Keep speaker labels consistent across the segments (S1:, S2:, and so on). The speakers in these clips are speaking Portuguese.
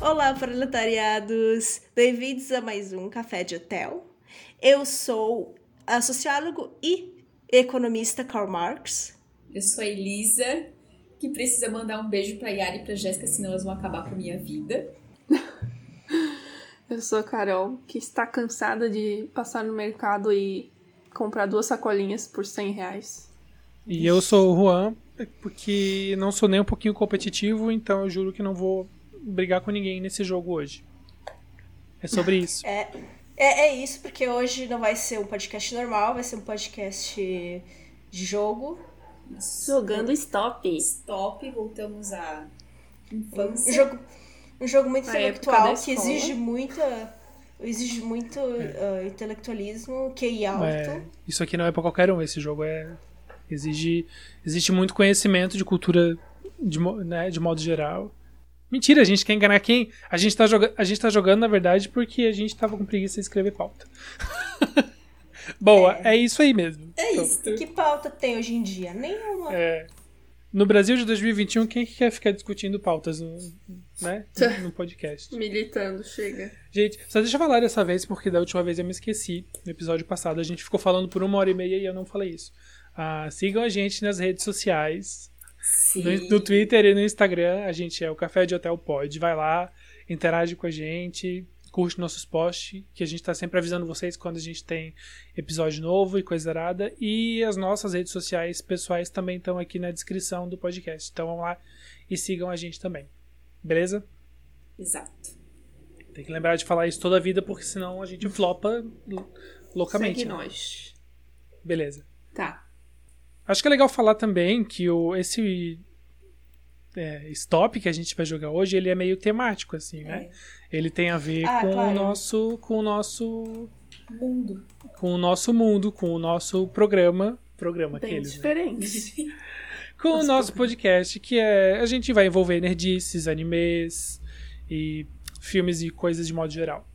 S1: Olá, proletariados! Bem-vindos a mais um Café de Hotel. Eu sou a sociólogo e economista Karl Marx.
S2: Eu sou a Elisa, que precisa mandar um beijo pra Yara e pra Jéssica, senão elas vão acabar com a minha vida.
S3: Eu sou a Carol, que está cansada de passar no mercado e comprar duas sacolinhas por 100 reais.
S4: E eu sou o Juan, porque não sou nem um pouquinho competitivo, então eu juro que não vou brigar com ninguém nesse jogo hoje. É sobre isso.
S1: É, é, é isso, porque hoje não vai ser um podcast normal, vai ser um podcast de jogo.
S5: Jogando stop.
S2: Stop, voltamos à
S1: Um
S2: infância.
S1: jogo, um jogo muito
S3: Na época
S1: intelectual
S3: da
S1: que
S3: escola.
S1: exige muita. Exige muito ah, intelectualismo, QI alto.
S4: É, isso aqui não é pra qualquer um. Esse jogo é exige existe muito conhecimento de cultura de, mo- né, de modo geral. Mentira, a gente quer enganar quem? A gente tá, joga a gente tá jogando, na verdade, porque a gente tava com preguiça de escrever pauta. Boa, é. isso aí mesmo. Então,
S2: É isso.
S1: Que pauta tem hoje em dia? Nenhuma.
S4: É, no Brasil de 2021, quem que quer ficar discutindo pautas no, né, no- no podcast?
S3: Militando, chega.
S4: Gente, só deixa eu falar dessa vez, porque da última vez eu me esqueci. No episódio passado a gente ficou falando por uma hora e meia e eu não falei isso. Ah, sigam a gente nas redes sociais,
S2: Sim.
S4: no, no Twitter e no Instagram. A gente é o Café de Hotel Pod. Vai lá, interage com a gente, curte nossos posts, que a gente tá sempre avisando vocês quando a gente tem episódio novo e coisa arada. E as nossas redes sociais pessoais também estão aqui na descrição do podcast. Então vão lá e sigam a gente também. Beleza?
S2: Exato.
S4: Tem que lembrar de falar isso toda a vida, porque senão a gente flopa lo- loucamente.
S3: Segue
S4: né?
S3: nós.
S4: Beleza.
S3: Tá.
S4: Acho que é legal falar também que o, esse é, stop que a gente vai jogar hoje, ele é meio temático, assim,
S2: É.
S4: né? Ele tem a ver
S1: Ah,
S4: com,
S1: claro.
S4: o nosso, com o nosso.
S2: Mundo.
S4: Com o nosso mundo, com o nosso programa. Programa
S3: Bem
S4: aqueles, né?
S3: diferente.
S4: Com o nosso podcast, que é. A gente vai envolver nerdices, animes e filmes e coisas de modo geral.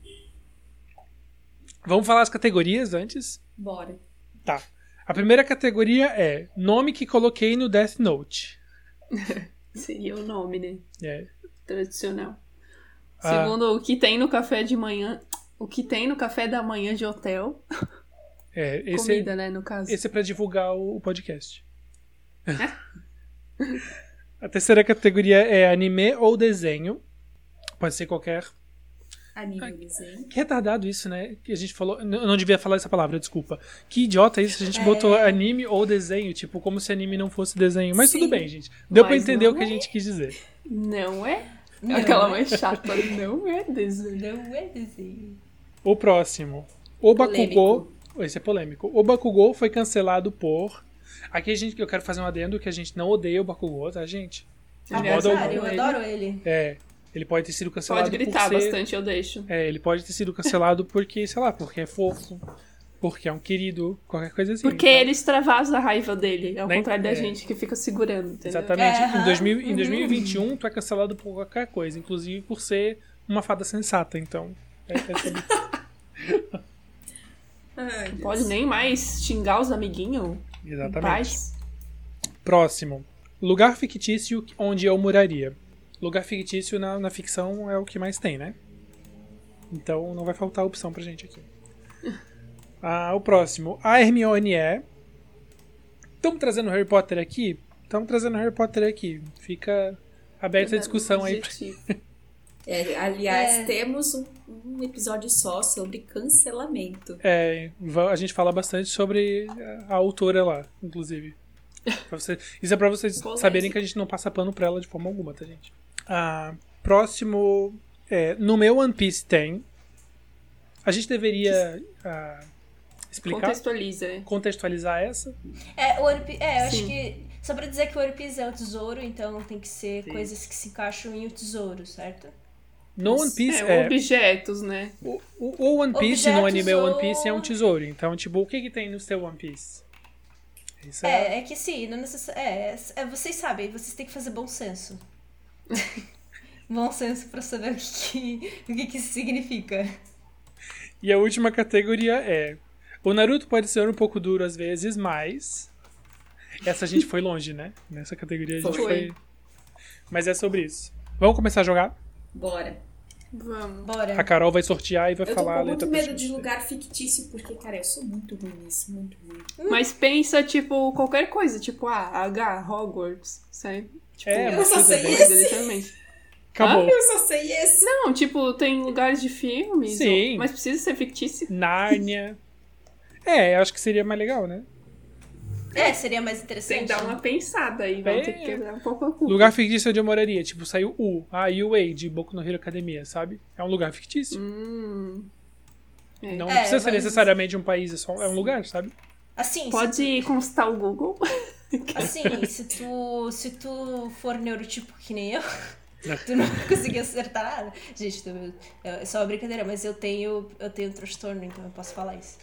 S4: Vamos falar as categorias antes?
S2: Bora.
S4: Tá. A primeira categoria é nome que coloquei no Death Note.
S3: Seria o nome, né?
S4: É.
S3: Tradicional.
S4: Ah.
S3: Segundo, o que tem no café de manhã. O que tem no café da manhã de hotel.
S4: é, esse,
S3: comida, né, no caso.
S4: esse é pra divulgar o, o podcast.
S3: É?
S4: A terceira categoria é anime ou desenho. Pode ser qualquer.
S2: Anime desenho.
S4: Que retardado isso, né? Que a gente falou. N- Eu não devia falar essa palavra, desculpa. Que idiota isso, a
S3: É.
S4: gente botou anime ou desenho, tipo, como se anime não fosse desenho. Mas tudo
S2: Sim.
S4: bem, gente. Deu pra
S3: Mas
S4: entender
S3: não é.
S4: o que a gente quis dizer.
S3: Não é?
S1: Não
S3: Aquela
S1: é.
S3: mais chata. Não é desenho.
S1: Não é desenho.
S4: O próximo. O Bakugou. Esse é polêmico. O Bakugou foi cancelado por. Aqui a gente, eu quero fazer um adendo que a gente não odeia o Bakugou, tá, gente? De
S3: Aliás,
S4: modo
S3: eu
S1: Cara,
S4: algum,
S1: eu
S4: ele-
S1: adoro ele.
S4: É. Ele pode ter sido cancelado
S3: Pode gritar
S4: por ser...
S3: bastante, eu deixo.
S4: É, ele pode ter sido cancelado porque, sei lá, porque é fofo, porque é um querido, qualquer coisa assim.
S3: Porque
S4: tá?
S3: ele extravasa a raiva dele, ao
S4: Nem-
S3: contrário
S4: é.
S3: da gente que fica segurando, entendeu?
S4: Exatamente.
S1: É,
S4: Em,
S1: aham.
S4: 2000
S3: Uhum.
S4: em 2021, tu é cancelado por qualquer coisa, inclusive por ser uma fada sensata, então. É, é sobre...
S2: Ai,
S3: Não Pode nem mais xingar os amiguinhos. em
S4: Exatamente.
S3: Paz.
S4: Próximo. Lugar fictício onde eu moraria. Lugar fictício na, na ficção é o que mais tem, né? Então não vai faltar opção pra gente aqui. Ah, o próximo. A Hermione é. Estamos trazendo Harry Potter aqui? Estamos trazendo Harry Potter aqui. Fica aberta a discussão aí.
S3: Objetivo.
S2: É, aliás,
S1: É.
S2: temos um, um episódio só sobre cancelamento.
S4: É, va- a gente fala bastante sobre a autora lá, inclusive. Pra você- isso é pra vocês
S2: Polêmica.
S4: saberem que a gente não passa pano pra ela de forma alguma, tá, gente? Ah, próximo. é, no meu One Piece tem. A gente deveria ah, explicar,
S3: Contextualiza. é.
S4: contextualizar essa.
S1: É, o One Piece, é eu acho
S3: Sim.
S1: que. Só pra dizer que o One Piece é um tesouro, então tem que ser
S4: Sim.
S1: coisas que se encaixam em um tesouro, certo?
S4: No One Piece.
S3: É,
S4: é,
S3: objetos, né?
S4: o, o- o One Piece no
S1: Objetos
S4: anime
S1: ou-
S4: One Piece é um tesouro. Então, tipo, o que, que tem no seu One Piece? Isso
S3: Tá.
S1: É, é que sim, não necessariamente. É, é, vocês sabem, vocês têm que fazer bom senso.
S6: Bom senso pra saber o que, que- o que, que isso significa.
S4: E a última categoria é. O Naruto pode ser um pouco duro às vezes, mas. Essa a gente foi longe, né? Nessa categoria a gente
S2: Foi.
S4: foi. Mas é sobre isso. Vamos começar a jogar?
S2: Bora.
S3: Vamos.
S4: A
S6: Bora.
S4: Carol vai sortear e vai
S2: Eu tô
S4: falar a
S2: com
S4: letra
S2: muito
S4: pra
S2: medo
S4: gente.
S2: de lugar fictício, porque, cara, eu sou muito ruim nisso, muito ruim.
S3: Mas pensa, tipo, qualquer coisa. Tipo, ah, H, Hogwarts, sabe? Tipo,
S4: É,
S2: Eu
S4: mas
S2: só
S4: tudo
S2: sei
S4: bem.
S2: esse.
S3: literalmente.
S4: Acabou.
S2: Eu só sei esse.
S3: Não, tipo, tem lugares de filmes.
S4: Sim.
S3: ou- Mas precisa ser fictício.
S4: Nárnia. É, eu acho que seria mais legal, né?
S6: É, seria mais
S3: Tem que
S6: interessante.
S3: dar uma pensada aí. Vão
S4: É.
S3: ter que quebrar um pouco a culpa.
S4: Lugar fictício onde eu moraria. Tipo, saiu U. Ah, UA de Boku no Hero Academia, sabe? É um lugar fictício.
S3: Hum. É.
S4: Não
S6: É,
S4: precisa ser
S6: mas-
S4: necessariamente um país, é só é um lugar, sabe?
S6: Assim,
S3: Pode consultar o Google.
S6: Assim, se tu, se tu for neurotipo que nem eu, tu não vai conseguir acertar nada. Gente, tu, é só uma brincadeira, mas eu tenho, eu tenho transtorno, então eu posso falar isso.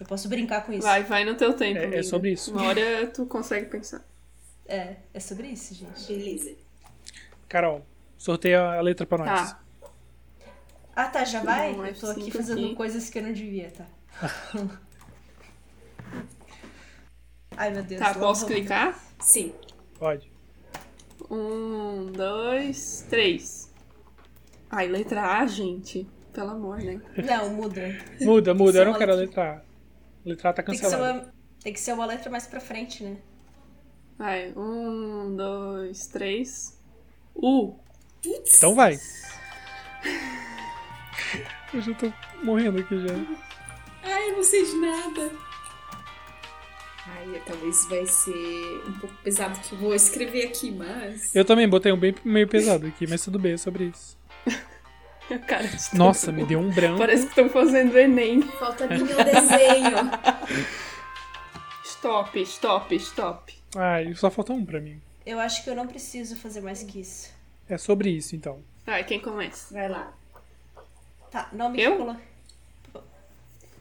S6: Eu posso brincar com isso.
S3: Vai, vai no teu tempo.
S4: É- é
S3: amiga.
S4: sobre isso.
S3: Uma hora tu consegue pensar.
S6: É, é sobre isso, gente.
S2: Beleza.
S4: Carol, sorteia a letra pra nós.
S3: Tá.
S6: Ah, tá, já vai?
S3: Não,
S6: eu tô aqui
S3: F5
S6: fazendo
S3: é aqui.
S6: coisas que eu não devia, tá? Ai, meu Deus.
S3: Tá,
S6: lá
S3: posso
S6: vou-
S3: clicar?
S2: Sim.
S4: Pode.
S3: Um, dois, três. Ai, letra A, gente. Pelo amor, né?
S6: Não, muda.
S4: Muda, muda. Eu
S6: Só
S4: não quero a
S6: letra.
S4: letra A. Letra A tá
S6: Tem que, ser
S4: cancelada.
S6: uma, tem que ser uma letra mais pra frente, né?
S3: Vai, um, dois, três. U.
S4: Então vai. Eu já tô morrendo aqui já.
S2: Ai, eu não sei de nada. Ai, talvez vai ser um pouco pesado que eu vou escrever aqui, mas.
S4: Eu também botei um bem meio pesado aqui, mas tudo bem, é sobre isso.
S3: A cara de todo
S4: Nossa,
S3: mundo.
S4: me deu um branco.
S3: Parece que estão fazendo Enem.
S2: Falta ali meu desenho.
S3: Stop, stop, stop.
S4: Ai, só faltou um pra mim.
S6: Eu acho que eu não preciso fazer mais que isso.
S4: É sobre isso, então.
S3: Vai, quem começa?
S2: Vai lá.
S6: Tá, nome
S3: Eu?
S6: que colo-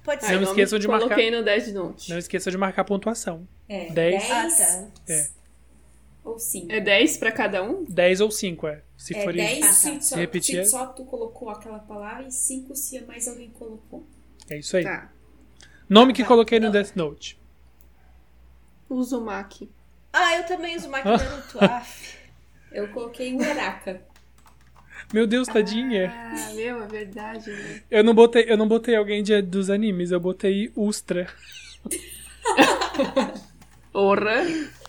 S6: Pode
S3: Ai,
S6: ser.
S4: Não
S3: nome
S4: esqueçam de marcar-
S3: Coloquei no 10 de note.
S4: Não esqueça de marcar a pontuação.
S2: É,
S4: Dez.
S6: Ah,
S2: dez
S6: tá.
S2: ou 5.
S3: É 10 pra cada um?
S4: 10 ou 5, é. Se
S2: É
S4: for
S2: 10
S4: isso.
S2: se, só,
S4: Repetir. é?
S2: se só tu colocou aquela palavra e 5 se é mais alguém colocou.
S4: É isso aí.
S3: Tá.
S4: Nome que coloquei no Death Note.
S3: Uzumaki.
S6: Ah, eu também uso máquina Naruto. Aff.
S2: Eu coloquei um o Araca.
S4: Meu Deus, tadinha.
S3: Ah, meu, é verdade, né?
S4: Eu não botei, eu não botei alguém de- dos animes, eu botei Ustra.
S3: Orra.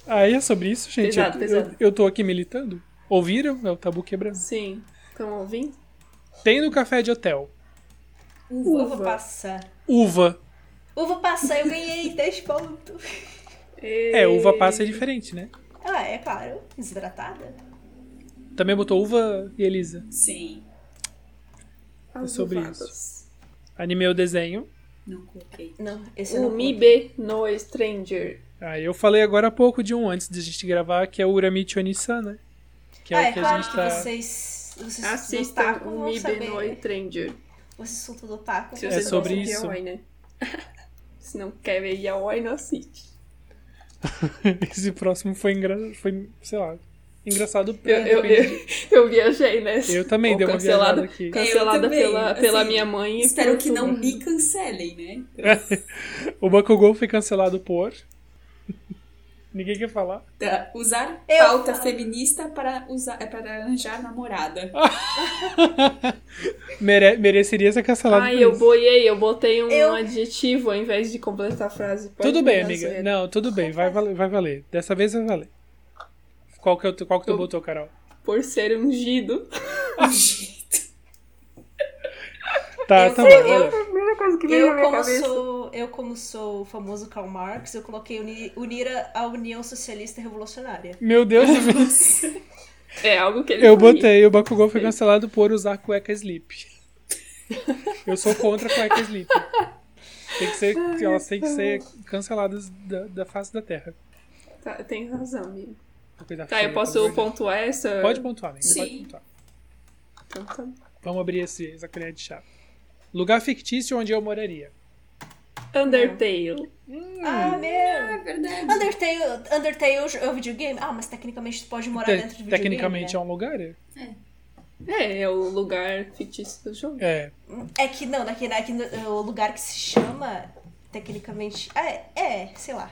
S4: Aí é sobre isso, gente.
S3: Pesado,
S4: eu,
S3: pesado.
S4: eu- eu tô aqui militando. Ouviram? É o tabu quebrando.
S3: Sim. Estão ouvindo?
S4: Tem no café de hotel.
S6: Uva. Uva passa.
S4: Uva.
S6: Uva passa, eu ganhei 10 pontos.
S4: É, uva passa é diferente, né?
S6: Ah, é claro. Desidratada.
S4: Também botou uva e Elisa.
S2: Sim,
S3: As
S4: É sobre
S3: uvadas.
S4: Animei o desenho.
S2: não coloquei.
S6: Não,
S3: é
S6: esse eu não. conto.
S3: Umibe no Stranger.
S4: Aí Ah, eu falei agora há pouco de um antes de a gente gravar, que é o Uramichi Onisan, né? Que é
S6: ah,
S4: o
S6: é
S4: que a
S6: claro
S4: gente
S6: que
S4: tá.
S6: vocês. Vocês
S3: Assistam
S6: do otaku vão
S3: Umibe
S6: saber.
S3: no Stranger.
S6: Vocês são tudo otaku.
S3: um Se
S4: É
S3: você
S6: vocês
S4: sobre
S6: vão
S3: gosta de
S6: saber.
S4: isso.
S3: Yaoi, né? Se não quer ver Yaoi, não assiste.
S4: Esse próximo foi engraçado. Foi, sei lá. Engraçado.
S3: Eu, eu,
S4: depende-
S3: eu, eu viajei, né?
S4: Eu também
S3: Ou
S4: dei uma
S3: cancelada,
S4: viajada aqui.
S2: Eu
S3: Cancelada
S2: também,
S3: pela, pela
S2: assim,
S3: minha mãe. e
S2: Espero
S3: por
S2: que
S3: tu.
S2: não
S4: é
S2: me cancelem, né?
S4: O Bakugou foi cancelado por. Ninguém quer falar.
S2: Tá, Usar
S6: Eu
S2: pauta
S6: falo.
S2: feminista para, usar, é para arranjar namorada.
S4: Ah. Mere- mereceria ser cancelado.
S3: Ai,
S4: por
S3: eu
S4: isso.
S3: boiei, eu botei um
S6: Eu-
S3: adjetivo ao invés de completar a frase. Pode
S4: Tudo
S3: me
S4: bem,
S3: dar
S4: amiga.
S3: zero.
S4: Não, tudo bem. Vai valer, vai valer. Dessa vez vai valer. Qual que, eu, qual que tu
S3: Eu-
S4: botou, Carol?
S3: Por ser ungido.
S4: Tá,
S6: Eu
S4: tá bom.
S6: fui eu.
S4: valeu.
S3: Primeira coisa que
S6: Eu como, sou, eu, como sou o famoso Karl Marx, eu coloquei uni- unir a, a União Socialista Revolucionária.
S4: Meu Deus,
S3: É algo que ele
S4: eu
S3: faria.
S4: botei. O Bakugou foi cancelado por usar cueca sleep. Eu sou contra a cueca sleep. Tem que ser, elas têm que ser canceladas da, da face da terra.
S3: Tá, tem razão, amiga.
S4: Coisa
S3: Tá,
S4: feia,
S3: eu posso
S4: coisa-
S3: pontuar essa?
S4: Pode pontuar, amiga.
S2: Sim.
S4: Pode pontuar.
S3: Então tá.
S4: Vamos abrir esse, essa colher de chá. Lugar fictício onde eu moraria.
S3: Undertale. Hum.
S6: Ah, meu!
S2: É verdade.
S6: Undertale, Undertale é um videogame? Ah, mas tecnicamente tu pode morar
S4: Te-
S6: dentro de videogame.
S4: tecnicamente
S6: né?
S4: é um lugar, é?
S3: É, é o lugar fictício do jogo.
S4: É.
S6: é. que não, naquele, é que no- é o lugar que se chama tecnicamente. Ah, é, é, sei lá.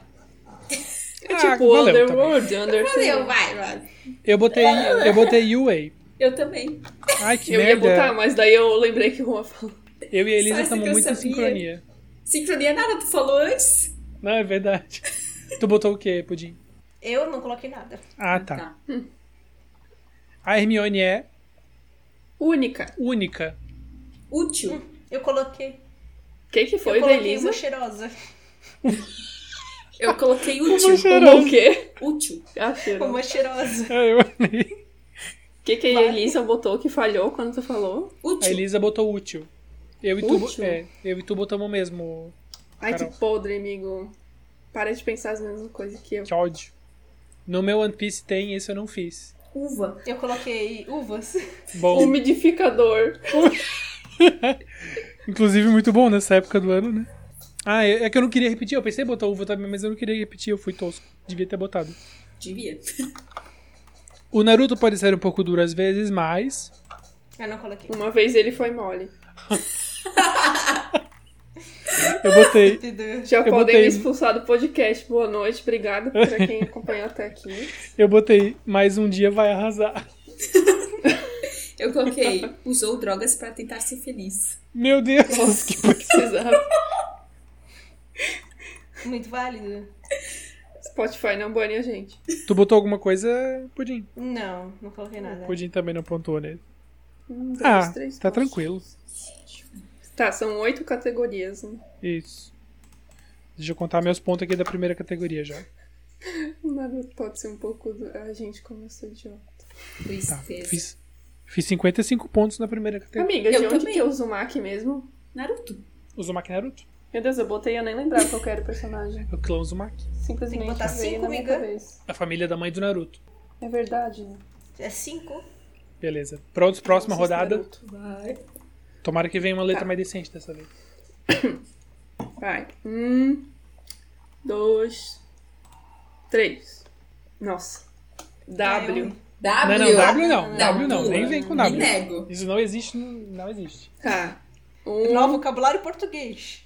S3: É
S4: Ah,
S3: tipo
S4: valeu também.
S3: Underworld, Undertale.
S2: Valeu, vai, vai.
S4: Eu botei, eu botei UA.
S2: Eu também.
S4: Ai, que
S3: Eu ia
S4: merda.
S3: botar, mas daí eu lembrei que o Juan falou.
S4: Eu e a
S2: Só
S4: Elisa
S2: essa
S4: estamos
S2: que eu
S4: muito em
S2: sabia.
S4: sincronia.
S2: Sincronia nada, tu falou antes?
S4: Não, é verdade. tu botou o quê, Pudim?
S6: Eu não coloquei nada.
S4: Ah, tá. A Hermione é
S3: Única.
S4: única.
S2: Útil.
S6: Eu coloquei.
S3: O que que foi
S6: eu
S3: da
S6: coloquei
S3: Elisa?
S6: uma cheirosa.
S2: Eu coloquei útil.
S3: Uma o quê?
S2: útil.
S3: Ah, cheiro.
S6: Uma cheirosa.
S4: Ah, Eu amei.
S3: O que que a Elisa botou que falhou quando tu falou?
S4: A
S2: Útil.
S4: Elisa botou útil. Eu e tu, bo-
S3: Útil?
S4: é, eu e tu botamos o mesmo.
S3: Ai,
S4: Carol.
S3: que podre, amigo. Para de pensar as mesmas coisas que eu.
S4: Que ódio. No meu One Piece tem, esse eu não fiz.
S2: Uva.
S6: Eu coloquei uvas.
S4: Bom,
S3: Umidificador.
S4: inclusive muito bom nessa época do ano, né? Ah, é é que eu não queria repetir. Eu pensei em botar uva também, mas eu não queria repetir. Eu fui tosco. Devia ter botado.
S2: Devia.
S4: O Naruto pode ser um pouco duro às vezes, mas
S6: Eu não coloquei.
S3: Uma vez ele foi mole.
S4: eu botei.
S3: Já
S4: Eu
S3: podem
S4: botei-
S3: me expulsar do podcast. Boa noite, obrigada pra quem acompanhou até aqui.
S4: Eu botei mais um dia vai arrasar.
S2: Eu coloquei usou drogas pra tentar ser feliz.
S4: Meu Deus.
S3: Nossa, que precisava.
S6: Muito válido.
S3: Spotify não bane a gente.
S4: Tu botou alguma coisa, Pudim?
S6: Não, não coloquei nada.
S4: Pudim também não pontuou nele.
S3: Um, É. dois,
S4: Ah,
S3: três,
S4: tá
S3: quatro.
S4: tranquilo.
S3: Tá, são oito categorias. né?
S4: Isso. Deixa eu contar meus pontos aqui da primeira categoria já.
S3: O Naruto pode ser um pouco. do- A gente começou de ó.
S4: Tá.
S2: Tristeza.
S4: Fiz, fiz 55 pontos na primeira categoria.
S3: Amiga, de
S2: Eu
S3: onde
S2: também.
S3: que é o Uzumaki mesmo?
S2: Naruto.
S4: O Zumaki Naruto.
S3: Meu Deus, eu botei e eu nem lembrava qual que era o personagem.
S4: É o clã Zumaki.
S3: Simplesmente
S6: botar
S3: veio
S6: cinco,
S3: na minha
S6: amiga.
S3: cabeça.
S4: A família da mãe do Naruto.
S3: É verdade, né?
S6: É cinco?
S4: Beleza. Prontos, próxima
S3: Nossa,
S4: rodada.
S3: Naruto.
S2: Vai.
S4: Tomara que venha uma letra
S3: Tá.
S4: mais decente dessa vez.
S3: Vai. Um, dois, três. Nossa. W.
S6: Ah,
S2: W.
S4: Não, não, W não.
S2: Não,
S4: W não.
S2: pula.
S3: né?
S4: Nem vem com
S2: Me
S4: W.
S2: nego.
S4: Isso não existe, não existe.
S3: Tá.
S6: eu-
S3: Um,
S6: Novo vocabulário português.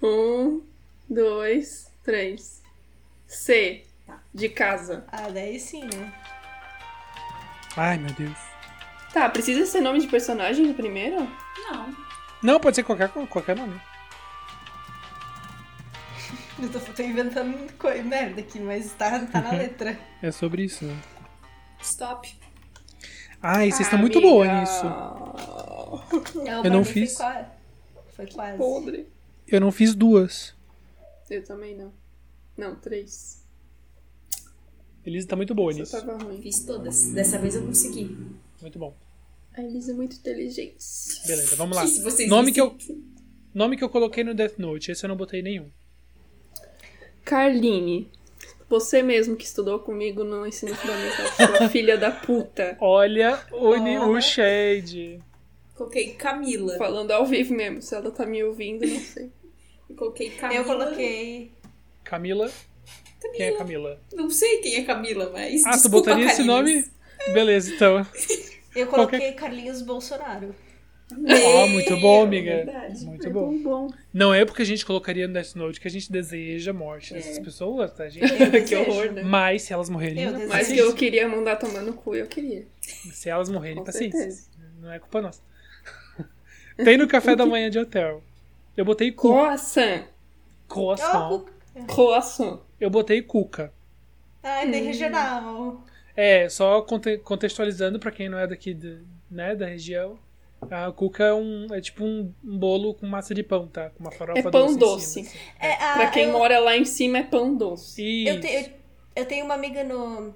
S3: um, dois, três. C.
S6: Tá.
S3: De casa.
S6: Ah, daí sim, né?
S4: Ai, meu Deus.
S3: Tá, precisa ser nome de personagem de primeiro?
S2: Não.
S4: Não, pode ser qualquer, qualquer nome.
S6: Eu tô, tô inventando coisa, merda aqui, mas tá, tá na letra.
S4: É sobre isso, né?
S2: Stop.
S4: Ai, vocês estão
S3: Ah,
S4: muito
S3: amiga.
S4: boa nisso.
S6: Não,
S4: Eu
S6: pra
S4: não
S6: mim
S4: fiz.
S6: Foi, qua- foi quase.
S3: Podre.
S4: Eu não fiz duas.
S3: Eu também não. Não, três.
S4: Elisa tá muito boa
S3: Só
S4: nisso.
S3: tava ruim.
S2: Fiz todas. Dessa vez eu consegui.
S4: Muito bom.
S3: A Elisa é muito inteligente.
S4: Beleza, vamos lá.
S2: Se vocês
S4: Nome que
S2: vissem-
S4: eu, nome que eu coloquei no Death Note. Esse eu não botei nenhum.
S3: Carline. Você mesmo que estudou comigo no ensino fundamental, sua filha da puta.
S4: Olha o, ni-
S6: Oh.
S4: o Shade.
S2: Coloquei Camila.
S3: Falando ao vivo mesmo, se ela tá me ouvindo, não sei.
S2: Eu coloquei Camila.
S6: Eu coloquei.
S4: Camila.
S2: Camila.
S4: Quem é Camila?
S2: Não sei quem é Camila, mas.
S4: Ah, tu
S2: desculpa,
S4: botaria esse
S2: Carlinhos.
S4: nome? Beleza, então.
S6: Eu
S4: Qualquer-
S6: coloquei Carlinhos Bolsonaro.
S4: Ah, muito bom,
S2: É
S4: amiga.
S2: verdade.
S4: Muito bom.
S3: bom.
S4: Não é porque a gente colocaria no Death Note que a gente deseja a morte dessas pessoas, tá, gente?
S6: Eu
S3: que
S6: desejo. É
S3: horror, né?
S4: Mas se elas morrerem,
S6: Eu
S4: não-
S6: desejo.
S3: Mas que eu queria mandar tomar no cu, eu queria.
S4: se elas morrerem,
S3: Com
S4: paciência.
S3: certeza.
S4: Não é culpa nossa. Tem no café da manhã de hotel. Eu botei cu.
S3: Croissant.
S4: Croissant.
S6: Oh, cu-
S3: Croissant.
S4: Eu botei cuca.
S6: Ai, tem regional.
S4: É, só conte- contextualizando pra quem não é daqui, de- né, da região. A cuca é, um, é tipo um um bolo com massa de pão, tá? Com uma farofa
S3: É pão
S4: doce. em
S3: doce.
S4: cima, assim.
S6: É, ah,
S3: Pra quem
S6: eu,
S3: mora lá em cima é pão doce.
S4: Isso.
S6: eu, te- eu, eu tenho uma amiga no,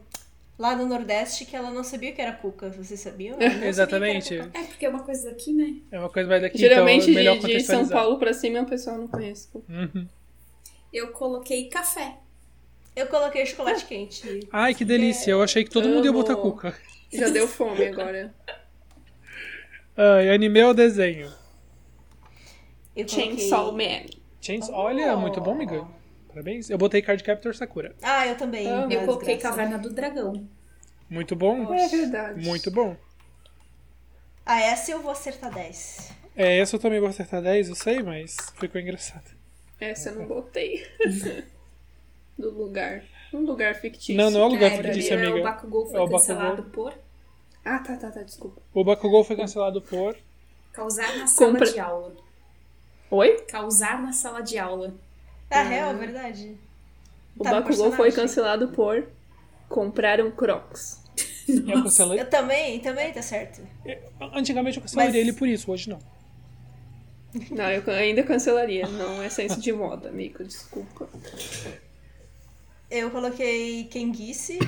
S6: lá no Nordeste que ela não sabia o que era cuca. Vocês sabiam? Ela não sabia o que era
S4: Exatamente.
S6: cuca.
S2: É porque é uma coisa daqui, né?
S4: É uma coisa mais daqui,
S3: Geralmente
S4: então é melhor
S3: de, de São
S4: contextualizar.
S3: Paulo pra cima o pessoal não conhece.
S4: Uhum.
S2: Eu coloquei café.
S6: Eu coloquei chocolate quente.
S4: Ai, que delícia. Eu achei que todo mundo ia
S3: Amo.
S4: botar cuca.
S3: Já deu fome agora.
S4: Ai, anime ou desenho?
S6: Eu coloquei
S3: Chainsaw Man.
S4: Chains. Olha, muito bom, Miga. Parabéns. Eu botei Card Captor Sakura.
S6: Ah, eu também.
S3: Ah,
S6: mas
S2: Eu coloquei
S6: graças-
S2: Caverna do Dragão.
S4: Muito bom.
S3: É verdade.
S4: Muito bom.
S6: Ah, essa eu vou acertar 10.
S4: É, essa eu também vou acertar 10, eu sei, mas ficou engraçado.
S3: Essa eu É, não botei. Do lugar. Um lugar fictício.
S4: Não, não é o lugar
S2: Ah,
S3: cara.
S4: fictício,
S2: é,
S4: amiga.
S2: O Bakugou foi
S4: É o
S2: cancelado por
S3: Ah, tá, tá, tá. Desculpa.
S4: O Bakugou foi cancelado por.
S2: causar na sala
S3: Compra-
S2: de aula.
S3: Oi?
S2: Causar na sala de aula.
S6: Ah, real, verdade.
S3: O
S6: Tá no
S3: Bakugou foi
S6: personagem.
S3: cancelado por comprar um Crocs.
S4: Eu cancelei.
S6: Eu também, também tá certo.
S4: Antigamente eu cancelaria
S6: Mas-
S4: ele por isso, hoje não.
S3: Não, eu ainda cancelaria. Não é senso de moda, amigo. Desculpa.
S6: Eu coloquei Kengice.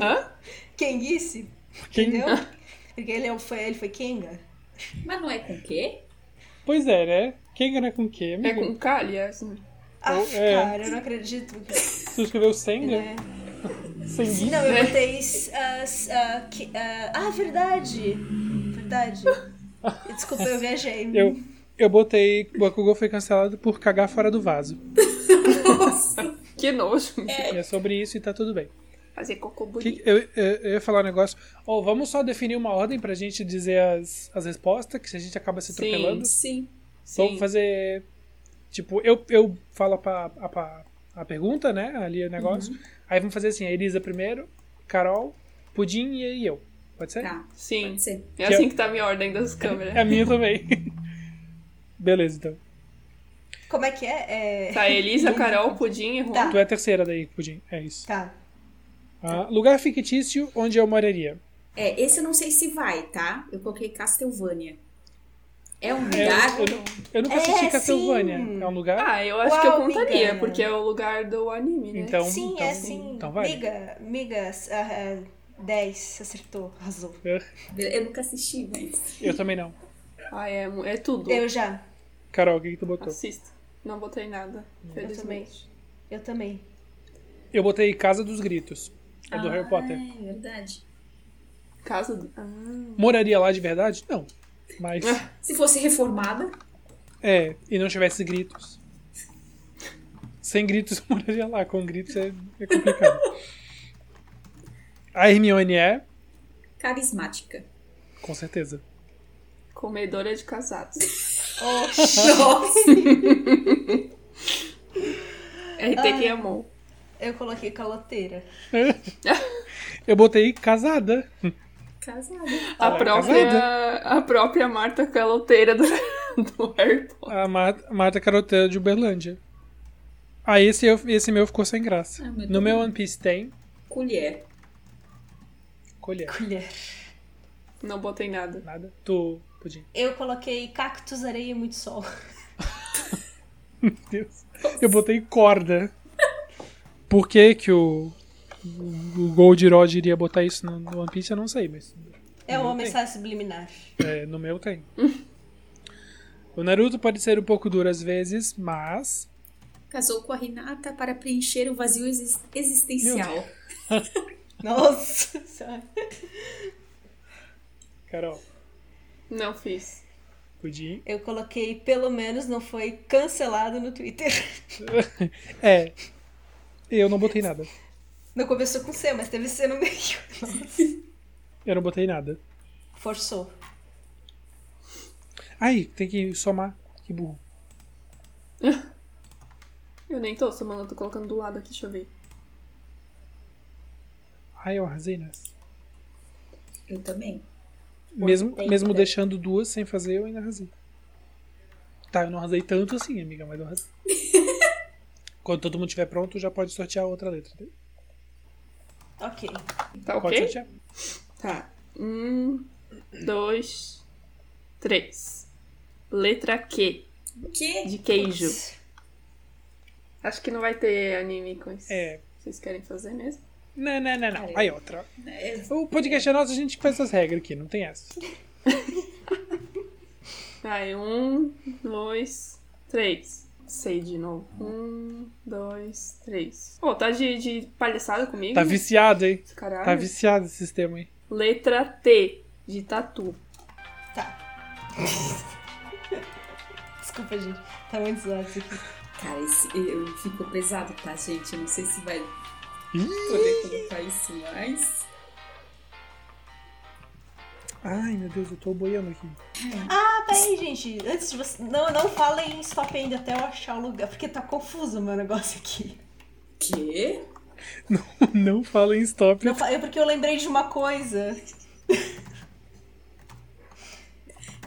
S3: Hã?
S6: Kengice,
S4: Quem...
S6: entendeu?
S4: Ah.
S6: Porque ele é o- foi, ele foi Kenga.
S2: Mas não é com o quê?
S4: Pois é, né? Quem ganha com quem,
S3: É
S4: amigo?
S3: com calha? Assim.
S6: Ah,
S4: Oh, é.
S6: cara, eu não acredito. que-
S4: Tu escreveu Senga?
S6: né?
S4: Sengi?
S6: Não, eu botei. ah, s- ah, que- ah, ah, verdade! Verdade. Desculpa, eu viajei.
S4: Eu, eu botei. O Bakugou foi cancelado por cagar fora do vaso.
S3: Que nojo.
S4: E é sobre isso e tá tudo bem.
S3: Fazer cocô bonito.
S4: Que- eu, eu- eu ia falar um negócio. Ou vamos só definir uma ordem pra gente dizer as, as respostas, que se a gente acaba
S3: Sim.
S4: se atropelando.
S2: Sim.
S4: Vamos fazer. Tipo, eu, eu falo pra, a, pra- a pergunta, né? Ali o
S6: Uhum.
S4: negócio. Aí vamos fazer assim: a Elisa primeiro, Carol, Pudim e aí eu. Pode ser?
S2: Tá,
S3: Sim.
S2: pode ser.
S3: É
S4: Que
S3: assim que tá a minha ordem das câmeras.
S4: É a minha também. Beleza, então.
S6: Como é que é? É-
S3: Tá, Elisa, Carol, Pudim e Ron.
S6: Tá.
S4: Tu é a terceira daí, Pudim. É isso.
S6: Tá.
S4: Ah, lugar fictício onde eu moraria.
S2: É, esse eu não sei se vai, tá? Eu coloquei Castlevânia. É um lugar?
S4: eu, não- eu nunca assisti
S6: É,
S4: Castlevânia.
S6: sim.
S4: É um lugar?
S3: Ah, eu acho
S6: Uau,
S3: que eu contaria,
S6: Miguel.
S3: porque é o lugar do anime, né?
S4: Então,
S6: sim,
S4: então,
S6: é sim.
S4: então vai.
S6: Miga, miga, ah, ah, 10, acertou, arrasou.
S2: Eu nunca assisti, mas...
S4: Eu também não.
S3: Ah, é, mu- é tudo.
S6: Eu já,
S4: Carol, o que, que tu botou?
S3: Assista. Não botei nada, felizmente.
S6: eu também.
S4: Eu botei Casa dos Gritos. É do Harry Potter.
S2: Ah, é verdade.
S3: Casa do... Ah.
S4: Moraria lá de verdade? Não. Mas.
S2: Se fosse reformada,
S4: É, e não tivesse gritos. Sem gritos eu moraria lá, com gritos é, é complicado. A Hermione é,
S2: carismática.
S4: com certeza.
S3: Comedora é de casados.
S2: Nossa!
S3: RT
S4: Ah.
S3: que amou.
S6: Eu coloquei caloteira.
S4: Eu botei casada.
S2: Casada.
S3: A
S4: Ela é
S3: própria, a própria Marta Caloteira do, do Harry Potter.
S4: A Mar- Marta Caroteira de Uberlândia. Ah, esse, eu- esse meu ficou sem graça.
S2: Ah, meu
S4: no
S2: Deus.
S4: meu One Piece tem
S2: Colher.
S4: colher.
S6: Colher.
S3: Não botei nada.
S4: Nada. Tu podia.
S6: Eu coloquei cactos, areia e muito sol.
S4: Meu Deus. Eu botei corda. Por que que o, o Gold Rod iria botar isso no, no One Piece, eu não sei, mas
S6: É
S4: Não
S6: uma
S4: tem.
S6: mensagem subliminar.
S4: É, no meu tem. o Naruto pode ser um pouco duro às vezes, mas.
S2: Casou com a Renata para preencher o vazio exis- existencial.
S6: Nossa senhora.
S4: Carol,
S3: Não fiz.
S4: pudim.
S6: Eu coloquei, pelo menos não foi cancelado no Twitter.
S4: É. Eu não botei nada.
S6: Não começou com C, mas teve C no meio.
S4: Eu não botei nada.
S6: Forçou.
S4: Ai, tem que somar. Que burro.
S3: Eu nem tô somando, eu tô colocando do lado aqui, deixa eu ver.
S4: Ai, eu arrasei né? nessa.
S2: Eu também.
S4: Mesmo,
S6: tem
S4: mesmo
S6: poder.
S4: deixando duas sem fazer, eu ainda arrasei. Tá, eu não arrasei tanto assim, amiga, mas eu arrasei. Quando todo mundo estiver pronto, já pode sortear outra letra.
S6: Ok.
S3: Tá
S4: Pode
S3: ok?
S4: sortear.
S3: Tá. Um, dois, três. Letra Q,
S2: O quê?
S3: de queijo. Acho que não vai ter anime com isso.
S4: É.
S3: Vocês querem fazer mesmo?
S4: Não, não, não, não. Aí outra.
S2: É,
S4: O podcast é nosso, a gente faz essas regras aqui, não tem essa.
S3: Vai, um, dois, três. Sei de novo. Um, dois, três. Ô, tá de, de palhaçada comigo?
S4: Tá viciado, hein?
S3: Caralho.
S4: Tá viciado esse sistema aí.
S3: Letra T, de tatu.
S6: Tá. Desculpa, gente. Tá muito zoado isso aqui.
S2: Cara, esse, eu, ficou pesado, tá, gente? Eu não sei se vai poder colocar isso mais.
S4: Ai, meu Deus, eu tô boiando aqui.
S6: Ah, peraí, gente. Antes de você. Não, não falem em stop ainda até eu achar o lugar, porque tá confuso o meu negócio aqui.
S2: Quê?
S4: Não, não fala em stop.
S6: Não, fa- é porque eu lembrei de uma coisa.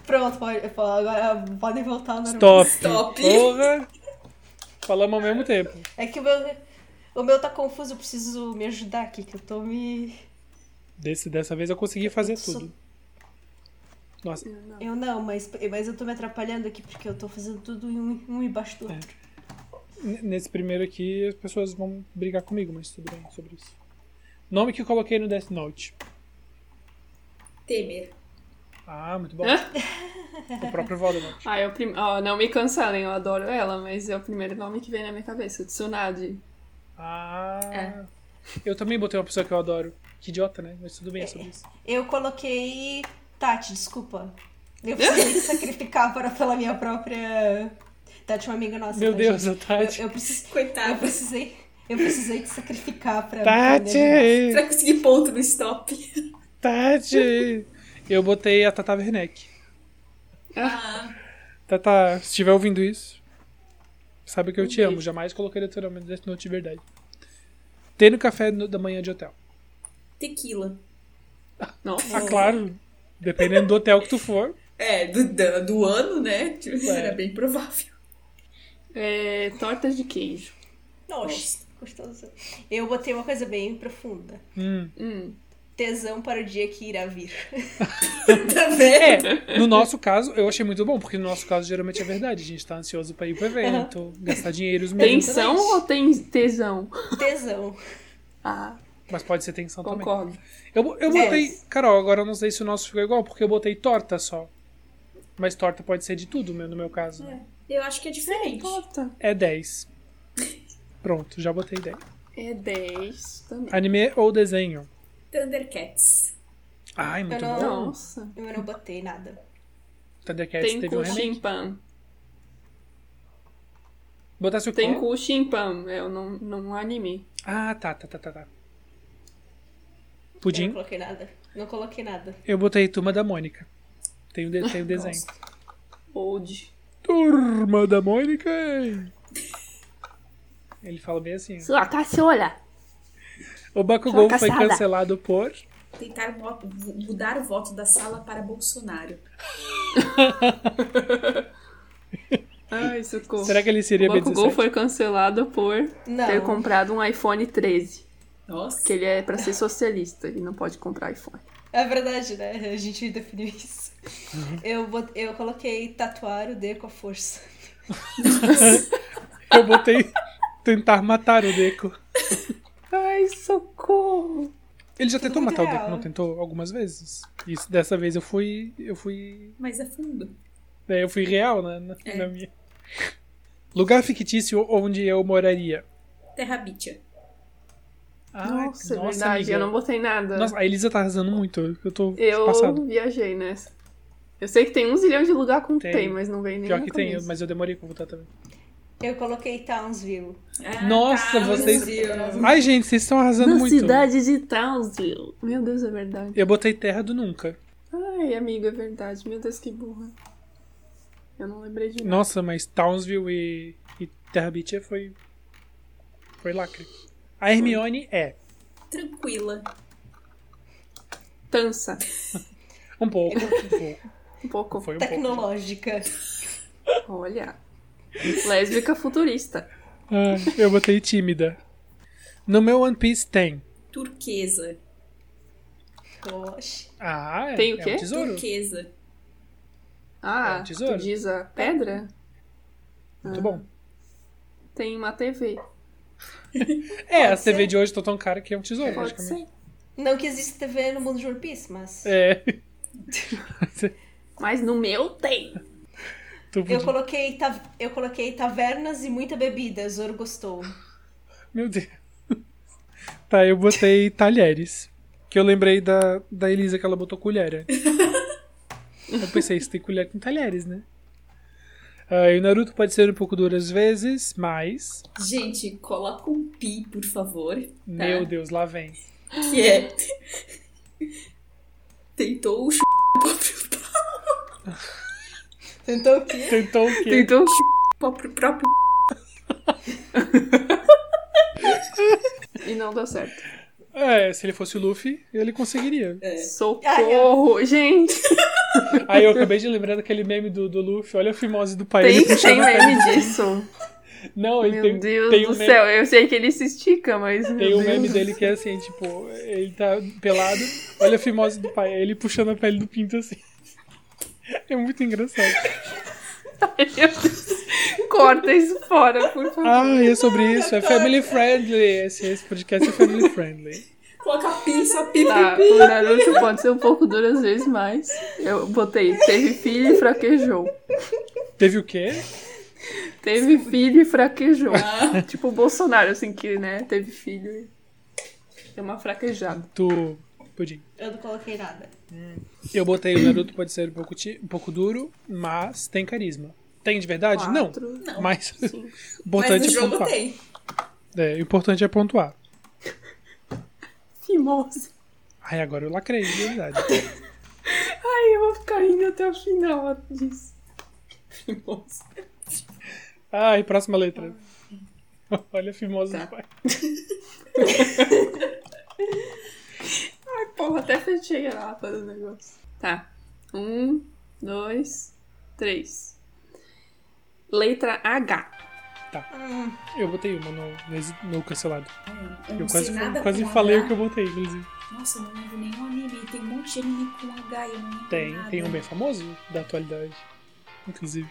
S6: Pronto, pode, pode- agora podem voltar ao normal.
S4: Stop.
S2: Stop.
S4: Porra. Falamos ao mesmo tempo.
S6: É que o meu, o meu tá confuso, eu preciso me ajudar aqui, que eu tô me.
S4: Desse, dessa vez eu consegui fazer
S6: sou-
S4: tudo. Nossa,
S6: Eu não, mas, mas eu tô me atrapalhando aqui porque eu tô fazendo tudo em um, um embaixo do outro.
S4: n- nesse primeiro aqui as pessoas vão brigar comigo, mas tudo bem sobre isso. Nome que eu coloquei no Death Note.
S2: Temer.
S4: Ah, muito bom. o próprio Voldemort.
S3: Ah, é o prim... ó, não me cancelem, eu adoro ela, mas é o primeiro nome que vem na minha cabeça, Tsunade.
S4: Ah.
S2: É.
S4: Eu também botei uma pessoa que eu adoro. Que idiota, né? Mas tudo bem é sobre isso.
S6: Eu coloquei. Tati, desculpa. Eu precisei me sacrificar para, pela minha própria. Tati, é uma amiga nossa.
S4: Meu
S6: tá,
S4: Deus,
S6: gente?
S4: a Tati.
S6: Eu, eu, precis- eu
S2: Coitado.
S6: precisei. Eu precisei te sacrificar pra. pra
S4: Tati!
S2: Pra conseguir ponto no stop.
S4: Tati! Eu botei a Tata Werneck.
S2: Ah,
S4: Tata, se estiver ouvindo isso, sabe que eu te amo. Jamais colocaria teu nome no Death Note de verdade. Tem no café no- da manhã de hotel.
S2: tequila.
S3: Nossa.
S4: Ah, claro. Dependendo do hotel que tu for.
S2: É, do, da- do, ano, né? Tipo,
S4: É.
S2: Era bem provável.
S3: É, torta de queijo.
S6: Nossa, gostoso. Eu botei uma coisa bem profunda.
S4: Hum.
S3: Hum.
S6: Tesão para o dia que irá vir.
S2: Também.
S4: É, no nosso caso, eu achei muito bom, porque no nosso caso geralmente é verdade. A gente tá ansioso pra ir pro evento, gastar dinheiro os mesmos.
S3: Tensão ou tem tesão?
S6: Tesão.
S3: Ah,
S4: Mas pode ser tensão também.
S3: concordo.
S4: Eu, eu botei. Carol, agora eu não sei se o nosso ficou igual, porque eu botei torta só. Mas torta pode ser de tudo, meu- no meu caso. né?
S2: Eu acho que é diferente.
S3: Torta.
S4: É 10. Pronto, já botei 10.
S3: É 10 também.
S4: Anime ou desenho?
S2: Thundercats.
S4: Ai, muito
S6: Eu não-
S4: bom.
S3: Nossa.
S6: Eu não botei nada.
S4: Thundercats
S3: Tem
S4: teve um
S3: cu
S4: remake.
S3: chimpan.
S4: Botasse o
S3: Tem
S4: quê?
S3: cu chimpan. É não, não anime.
S4: Ah, tá, tá, tá, tá, tá.
S6: Eu não
S4: Pudim?
S6: coloquei nada. Não coloquei nada.
S4: Eu botei Turma da Mônica. Tem o, de- tem o desenho.
S3: Old.
S4: Turma da Mônica! Ele fala bem assim. ó.
S5: Sua caçola.
S4: O Bakugou
S5: Sua
S4: foi
S5: caçada.
S4: cancelado por...
S2: Tentaram mo- mudar o voto da sala para Bolsonaro.
S3: Ai, socorro.
S4: Será que ele seria
S3: o Bakugou
S4: B17?
S3: foi cancelado por
S6: Não.
S3: ter comprado um iPhone 13.
S2: Nossa.
S3: Que ele é pra ser socialista e não pode comprar iPhone.
S6: É verdade, né? A gente definiu isso.
S4: Uhum.
S6: Eu, bot... eu coloquei tatuar o D com a força.
S4: Eu botei tentar matar o Deco.
S3: Ai, socorro.
S4: Ele já tentou
S6: muito
S4: matar o
S6: real.
S4: Deco, não tentou algumas vezes. Isso, dessa vez eu fui. Eu fui.
S2: Mas a fundo.
S4: né, eu fui real na, na,
S3: É.
S4: na minha. Lugar fictício onde eu moraria.
S2: Terra Bitia.
S4: Ah,
S3: nossa, é verdade.
S4: amiga.
S3: Eu não botei nada.
S4: Nossa, a Elisa tá arrasando muito. Eu tô
S3: eu
S4: passado.
S3: viajei nessa. Eu sei que tem um zilhão de lugar com
S4: Tem.
S3: tem, mas não vem nem
S4: Pior que tem, eu- mas eu demorei pra voltar também.
S6: Eu coloquei Townsville.
S2: Ah,
S4: Nossa,
S2: tá,
S4: vocês-
S2: Brasil.
S4: Ai, gente, vocês estão arrasando
S3: Na
S4: é muito.
S3: cidade de Townsville. Meu Deus, é verdade.
S4: Eu botei terra do nunca.
S3: Ai, amigo, é verdade. Meu Deus, que burra. Eu não lembrei de nada.
S4: Nossa, mas Townsville e, e Terra Beach foi. Foi lacre. A Hermione é.
S2: Tranquila.
S3: Tança.
S4: Um pouco, um pouco.
S3: Um pouco.
S4: Foi um pouco.
S6: Tecnológica.
S3: Olha. Lésbica futurista.
S4: Ah, eu botei tímida. No meu One Piece tem.
S2: Turquesa.
S6: Oxe.
S4: Ah, é,
S3: Tem o
S4: é um
S3: quê?
S4: tesouro.
S2: Turquesa.
S3: Ah,
S4: É, tesouro.
S3: tu diz a pedra?
S4: Muito bom.
S3: Tem uma TV.
S4: É, as TV de hoje estão tão caras que é um tesouro,
S3: Ah, Pode
S4: praticamente.
S3: ser.
S6: Não que existe TV no mundo de One Piece, mas.
S4: É.
S3: Mas no meu tem.
S4: Tu
S6: Eu
S4: podia...
S6: coloquei, ta- eu coloquei tavernas e muita bebida. Zoro gostou.
S4: Meu Deus. Tá, eu botei talheres. Que eu lembrei da, da Elisa que ela botou colher. né? Eu pensei, isso tem colher com talheres, né? Ah, e o Naruto pode ser um pouco duro às vezes, mas.
S3: Tá.
S2: Gente, coloca um pi, por favor. tá?
S4: Meu Deus, lá vem.
S2: Que é. Tentou o ch... próprio pau.
S6: Tentou o quê?
S4: Tentou o quê?
S3: Tentou.
S2: próprio- próprio.
S3: E não deu certo.
S4: É, se ele fosse o Luffy, ele conseguiria.
S2: É.
S3: Socorro! Gente,
S4: Aí eu acabei de lembrar daquele meme do, do Luffy, olha a fimose do pai.
S3: tem,
S4: Ele puxa-
S3: tem meme disso.
S4: Não, ele
S3: Meu
S4: tem,
S3: Deus
S4: tem
S3: do
S4: um meme,
S3: céu, eu sei que ele se estica, mas.
S4: Tem
S3: meu
S4: um meme
S3: Deus.
S4: dele que é assim, tipo, ele tá pelado, olha a fimose do pai, aí ele puxando a pele do pinto assim. É muito engraçado.
S3: Meu Deus. Corta isso fora, por favor.
S4: Ah, e é sobre isso, é family friendly. Esse, esse podcast é family friendly.
S2: Coloca pi, só pi,
S3: Tá, o Naruto pode ser um pouco duro às vezes, mas eu botei teve filho e fraquejou.
S4: Teve o quê?
S3: Teve filho e fraquejou. Tipo o Bolsonaro, assim, que, né, teve filho e deu uma fraquejada.
S4: Tu. Pudim.
S6: Eu não coloquei nada.
S4: Eu botei o Naruto pode ser um pouco, ti- um pouco duro, mas tem carisma. Tem de verdade?
S3: Quatro.
S4: Não. Mas
S3: Sim.
S4: o importante
S2: Mas no
S4: é
S2: jogo
S4: pontuar.
S2: tem.
S4: É, o importante é pontuar.
S3: Que moça.
S4: Ai, agora eu lacrei, de verdade.
S3: Ai, eu vou ficar indo até o final disso. Que moça.
S4: Ai, próxima letra. Olha a fimosa
S2: Tá.
S4: do pai.
S3: Ai, porra, até fechei a lata do negócio. Tá. Um, dois, três. Letra H.
S4: Eu botei uma no, nesse- no cancelado.
S2: Eu,
S4: Eu
S2: não
S4: quase,
S2: sei nada
S4: quase
S2: com
S4: falei o
S2: H.
S4: que eu botei, inclusive.
S2: Nossa, eu não lembro nenhum anime. Tem um monte de anime com H e eu não lembro
S4: Tem,
S2: nada.
S4: tem um bem famoso da atualidade. Inclusive.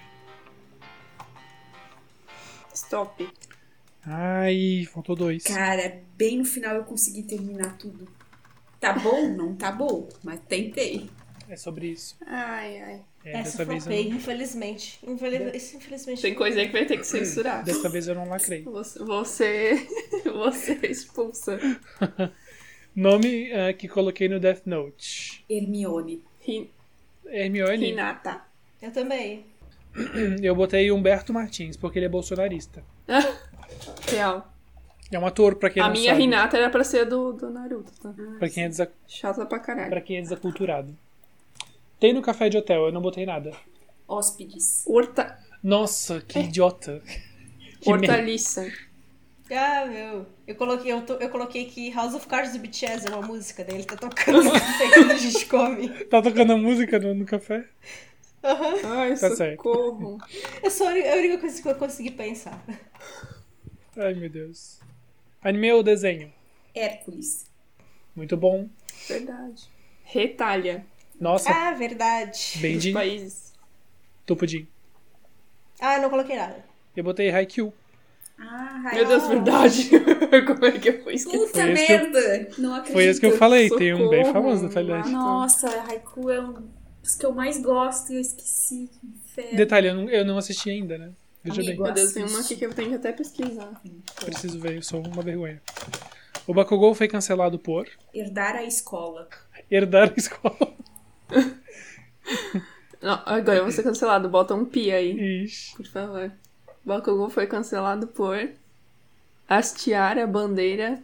S3: Stop.
S4: Ai, faltou dois.
S2: Cara, bem no final eu consegui terminar tudo. Tá bom? Não tá bom, mas tentei.
S4: É sobre isso.
S3: Ai, ai.
S4: É,
S6: Essa
S4: dessa vez eu
S6: flopei,
S4: não,
S6: infelizmente. Infeliz... Isso, infelizmente.
S3: Tem coisa aí que vai ter que censurar.
S4: dessa vez eu não lacrei.
S3: Você, você, você é expulsa.
S4: Nome eh, que coloquei no Death Note.
S2: Hermione.
S3: Hin-
S4: Hermione,
S3: Hinata.
S6: Eu também.
S4: eu botei Humberto Martins, porque ele é bolsonarista.
S3: Real.
S4: É um ator, pra quem
S3: a
S4: não
S3: minha
S4: sabe.
S3: Hinata era pra ser do, do Naruto, tá?
S4: Pra quem é desa-
S3: Chata pra caralho.
S4: pra quem é desaculturado. Tem no café de hotel, eu não botei nada.
S2: Hóspedes.
S3: Horta,
S4: Nossa,
S2: É.
S4: que idiota. Que merda.
S3: hortaliça.
S6: Ah, meu. Eu coloquei, eu, tô- eu coloquei que House of Cards do BTS é uma música dele, tá tocando no café quando a gente come.
S4: Tá tocando a música no, no café?
S6: Aham.
S3: Ai,
S4: Tá certo.
S3: socorro.
S6: É só a única- a única coisa que eu consegui pensar.
S4: Ai, meu Deus. Anime ou desenho?
S2: Hércules.
S4: Muito bom.
S3: Verdade. Retalha.
S4: Nossa,
S6: Ah, verdade.
S4: bem de
S3: Os países.
S4: tupudim.
S6: Ah, não coloquei nada.
S4: Eu botei Haikyuu.
S2: Ah,
S3: Meu Deus, verdade. Como é que eu fui esquecer?
S2: Puta
S4: Foi esse que eu-
S2: merda! Não acredito.
S4: Foi isso que eu falei, tem um bem
S3: Socorro,
S4: famoso na
S3: mano.
S4: atualidade.
S2: Nossa, Haiku é um dos que eu mais gosto e eu esqueci. Que inferno.
S4: Detalhe, eu não, eu não assisti ainda, né? Veja
S2: Ah,
S4: bem.
S2: Amigo,
S3: Meu Deus, tem uma aqui que eu tenho que até pesquisar.
S4: Preciso ver, eu sou uma vergonha. O Bakugou foi cancelado por
S2: é Herdar a escola.
S4: herdar a escola.
S3: Não, agora eu vou ser cancelado. Bota um pi aí,
S4: Ixi.
S3: por favor. Bakugou foi cancelado por hastear a bandeira.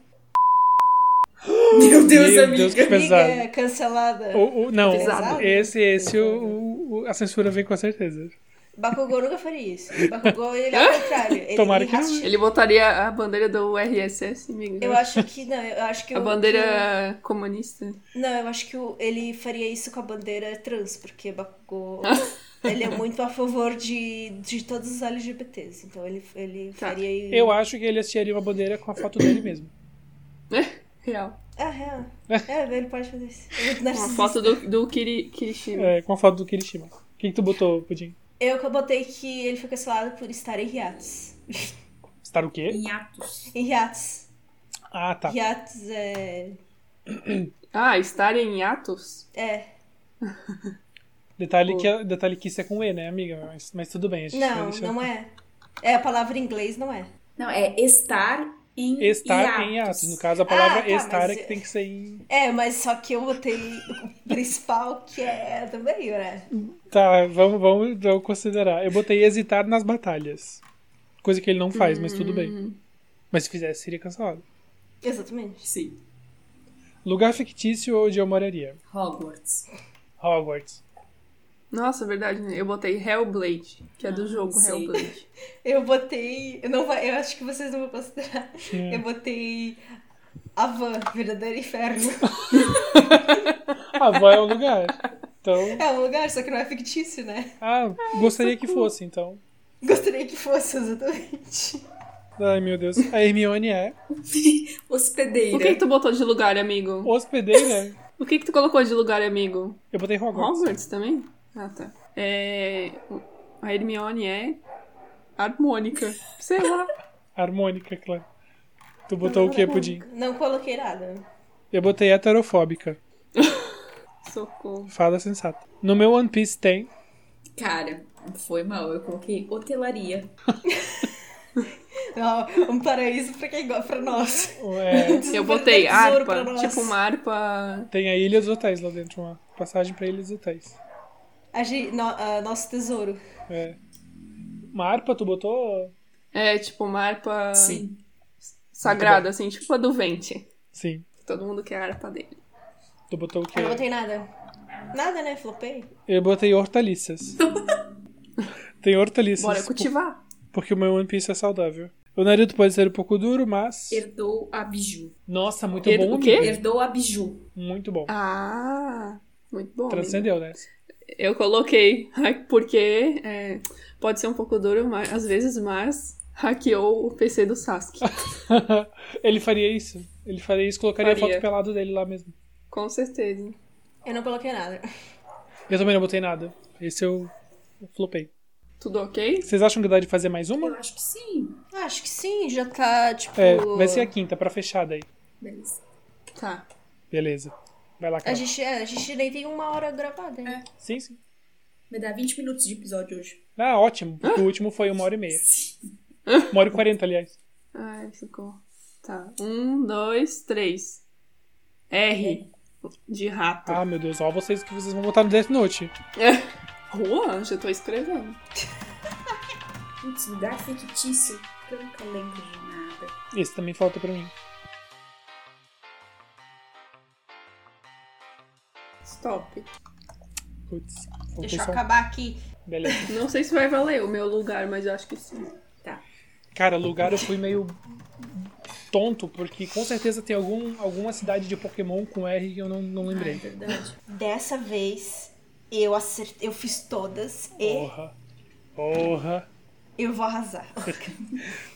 S2: Meu Deus,
S4: Meu
S2: amiga.
S4: Deus, que pesado. Oh.
S6: Amiga cancelada.
S4: O, o- não,
S3: Pesado.
S4: esse, esse o, o- a censura vem com a certeza.
S6: Bakugou nunca faria isso. Bakugou, ele é o contrário. Ele,
S4: Tomara
S6: ele
S4: que não.
S6: raste-
S3: Ele botaria a bandeira do RSS, amiga.
S6: Eu acho que não, eu acho que
S3: A
S6: o-
S3: bandeira é- comunista.
S6: que o- não, eu acho que o- ele faria isso com a bandeira trans, porque Bakugou ele é muito a favor de, de todos os LGBTs. Então ele, ele
S3: Tá.
S6: faria isso.
S4: Eu acho que ele assistiria uma bandeira com a foto dele mesmo.
S3: Real.
S6: Ah, é. É, ele pode fazer isso. É muito
S3: Uma
S6: narcisista.
S3: foto do, do Kiri, Kirishima.
S4: É, com a foto do Kirishima. O que, que tu botou, Pudim?
S6: Eu que eu botei que ele foi cancelado por estar em hiatos.
S4: Estar o quê?
S2: Em Atos.
S6: Em hiatos.
S4: Ah, tá.
S6: Hiatos é.
S3: Ah, estar em atos?
S6: É.
S4: Detalhe que, detalhe que isso é com E, né, amiga? Mas, mas tudo bem, a gente vai
S6: Não,
S4: deixar.
S6: é. não é. É a palavra em inglês, não é.
S2: Não, é estar Em
S4: Estar em atos. No caso, a palavra
S6: Ah, tá,
S4: estar
S6: mas
S4: é que tem que ser em.
S6: É, mas só que eu botei o principal que é também, né?
S4: Tá, vamos, vamos, vamos considerar. Eu botei hesitar nas batalhas. Coisa que ele não faz, mas tudo
S6: Hum.
S4: bem. Mas se fizesse, seria cancelado.
S6: Exatamente.
S2: Sim.
S4: Lugar fictício onde eu moraria?
S2: Hogwarts.
S4: Hogwarts.
S3: Nossa, verdade, né? Eu botei Hellblade, que é do jogo
S2: sei.
S3: Hellblade.
S6: Eu botei. Eu, não, vai- eu acho que vocês não vão considerar. Eu botei. A van, verdadeiro inferno.
S4: A van é um lugar. Então,
S6: É um lugar, só que não é fictício, né?
S4: ah, gostaria que fosse, então.
S6: Gostaria que fosse, exatamente.
S4: Ai, meu Deus. A Hermione é
S2: Hospedeira.
S3: O que, que tu botou de lugar, amigo?
S4: hospedeira.
S3: O que, que tu colocou de lugar, amigo?
S4: Eu botei Hogwarts.
S3: Hogwarts também? Ah, tá. É... A Hermione é harmônica. Sei lá.
S4: Harmônica, claro. Tu botou o que, Pudim?
S6: Não coloquei nada.
S4: Eu botei heterofóbica.
S3: Socorro.
S4: Fala sensata. No meu One Piece tem.
S2: Cara, foi mal. Eu coloquei hotelaria.
S6: Não, um paraíso pra quem gosta, pra nós.
S4: é,
S3: Eu botei
S6: Tesouro
S3: harpa,
S6: pra nós.
S3: tipo uma harpa...
S4: tem a Ilha dos Hotéis lá dentro, uma passagem pra Ilha dos Hotéis.
S6: A gente- no- ah, nosso tesouro.
S4: É. Uma harpa tu botou?
S3: É, tipo uma harpa
S4: Ah,
S2: Sim.
S3: sagrada, assim, tipo a do Vente.
S4: Sim.
S3: Todo mundo quer a harpa dele.
S4: Tu botou o quê?
S6: Eu não botei nada. Nada, né? Flopei.
S4: Eu botei hortaliças. tem hortaliças.
S3: Bora cultivar.
S4: por- Porque o meu One Piece é saudável. O Naruto pode ser um pouco duro, mas.
S2: Herdou a biju.
S4: Nossa, muito
S3: Ele-
S4: bom.
S3: o quê?
S4: amigo.
S2: Herdou a biju.
S4: Muito bom.
S3: Ah, muito bom. amigo.
S4: Transcendeu, né?
S3: Eu coloquei, ha- porque é, pode ser um pouco duro mas, às vezes, mas hackeou o PC do Sasuke.
S4: Ele faria isso. Ele faria isso, colocaria a
S3: Faria.
S4: foto pelado dele lá mesmo.
S3: Com certeza.
S6: Eu não coloquei nada.
S4: Eu também não botei nada. Esse eu eu flopei.
S3: Tudo ok?
S4: Vocês acham que dá de fazer mais uma?
S2: Eu acho que sim.
S6: Acho que sim, já tá, tipo...
S4: É, vai ser a quinta pra fechar daí.
S2: Beleza.
S3: Tá.
S4: Beleza. Vai lá,
S6: A
S4: cara.
S6: gente, é, a gente nem tem uma hora gravada, né?
S4: Sim, sim.
S2: Vai dar 20 minutos de episódio hoje.
S4: Ah, ótimo. porque O último foi uma hora e meia. Uma hora e quarenta, aliás.
S3: Ai, socorro. Tá. Um, dois, três. R. De rato.
S4: Ah, meu Deus. Ó, vocês que vocês vão botar no Death Note.
S3: Rua? Já tô escrevendo.
S2: Putz, lugar fictício. que Eu nunca lembro de nada.
S4: Esse também falta pra mim.
S3: Stop.
S4: Putz.
S6: Deixa
S4: Faltou
S6: eu
S4: só. um.
S6: acabar aqui.
S4: Beleza.
S3: Não sei se vai valer o meu lugar, mas eu acho que sim.
S4: Cara, lugar eu fui meio tonto, porque com certeza tem algum, alguma cidade de Pokémon com R que eu não, não
S2: Ah, é
S4: lembrei.
S2: verdade.
S6: Dessa vez, eu acertei, eu fiz todas e
S4: Porra. Porra.
S6: eu vou arrasar.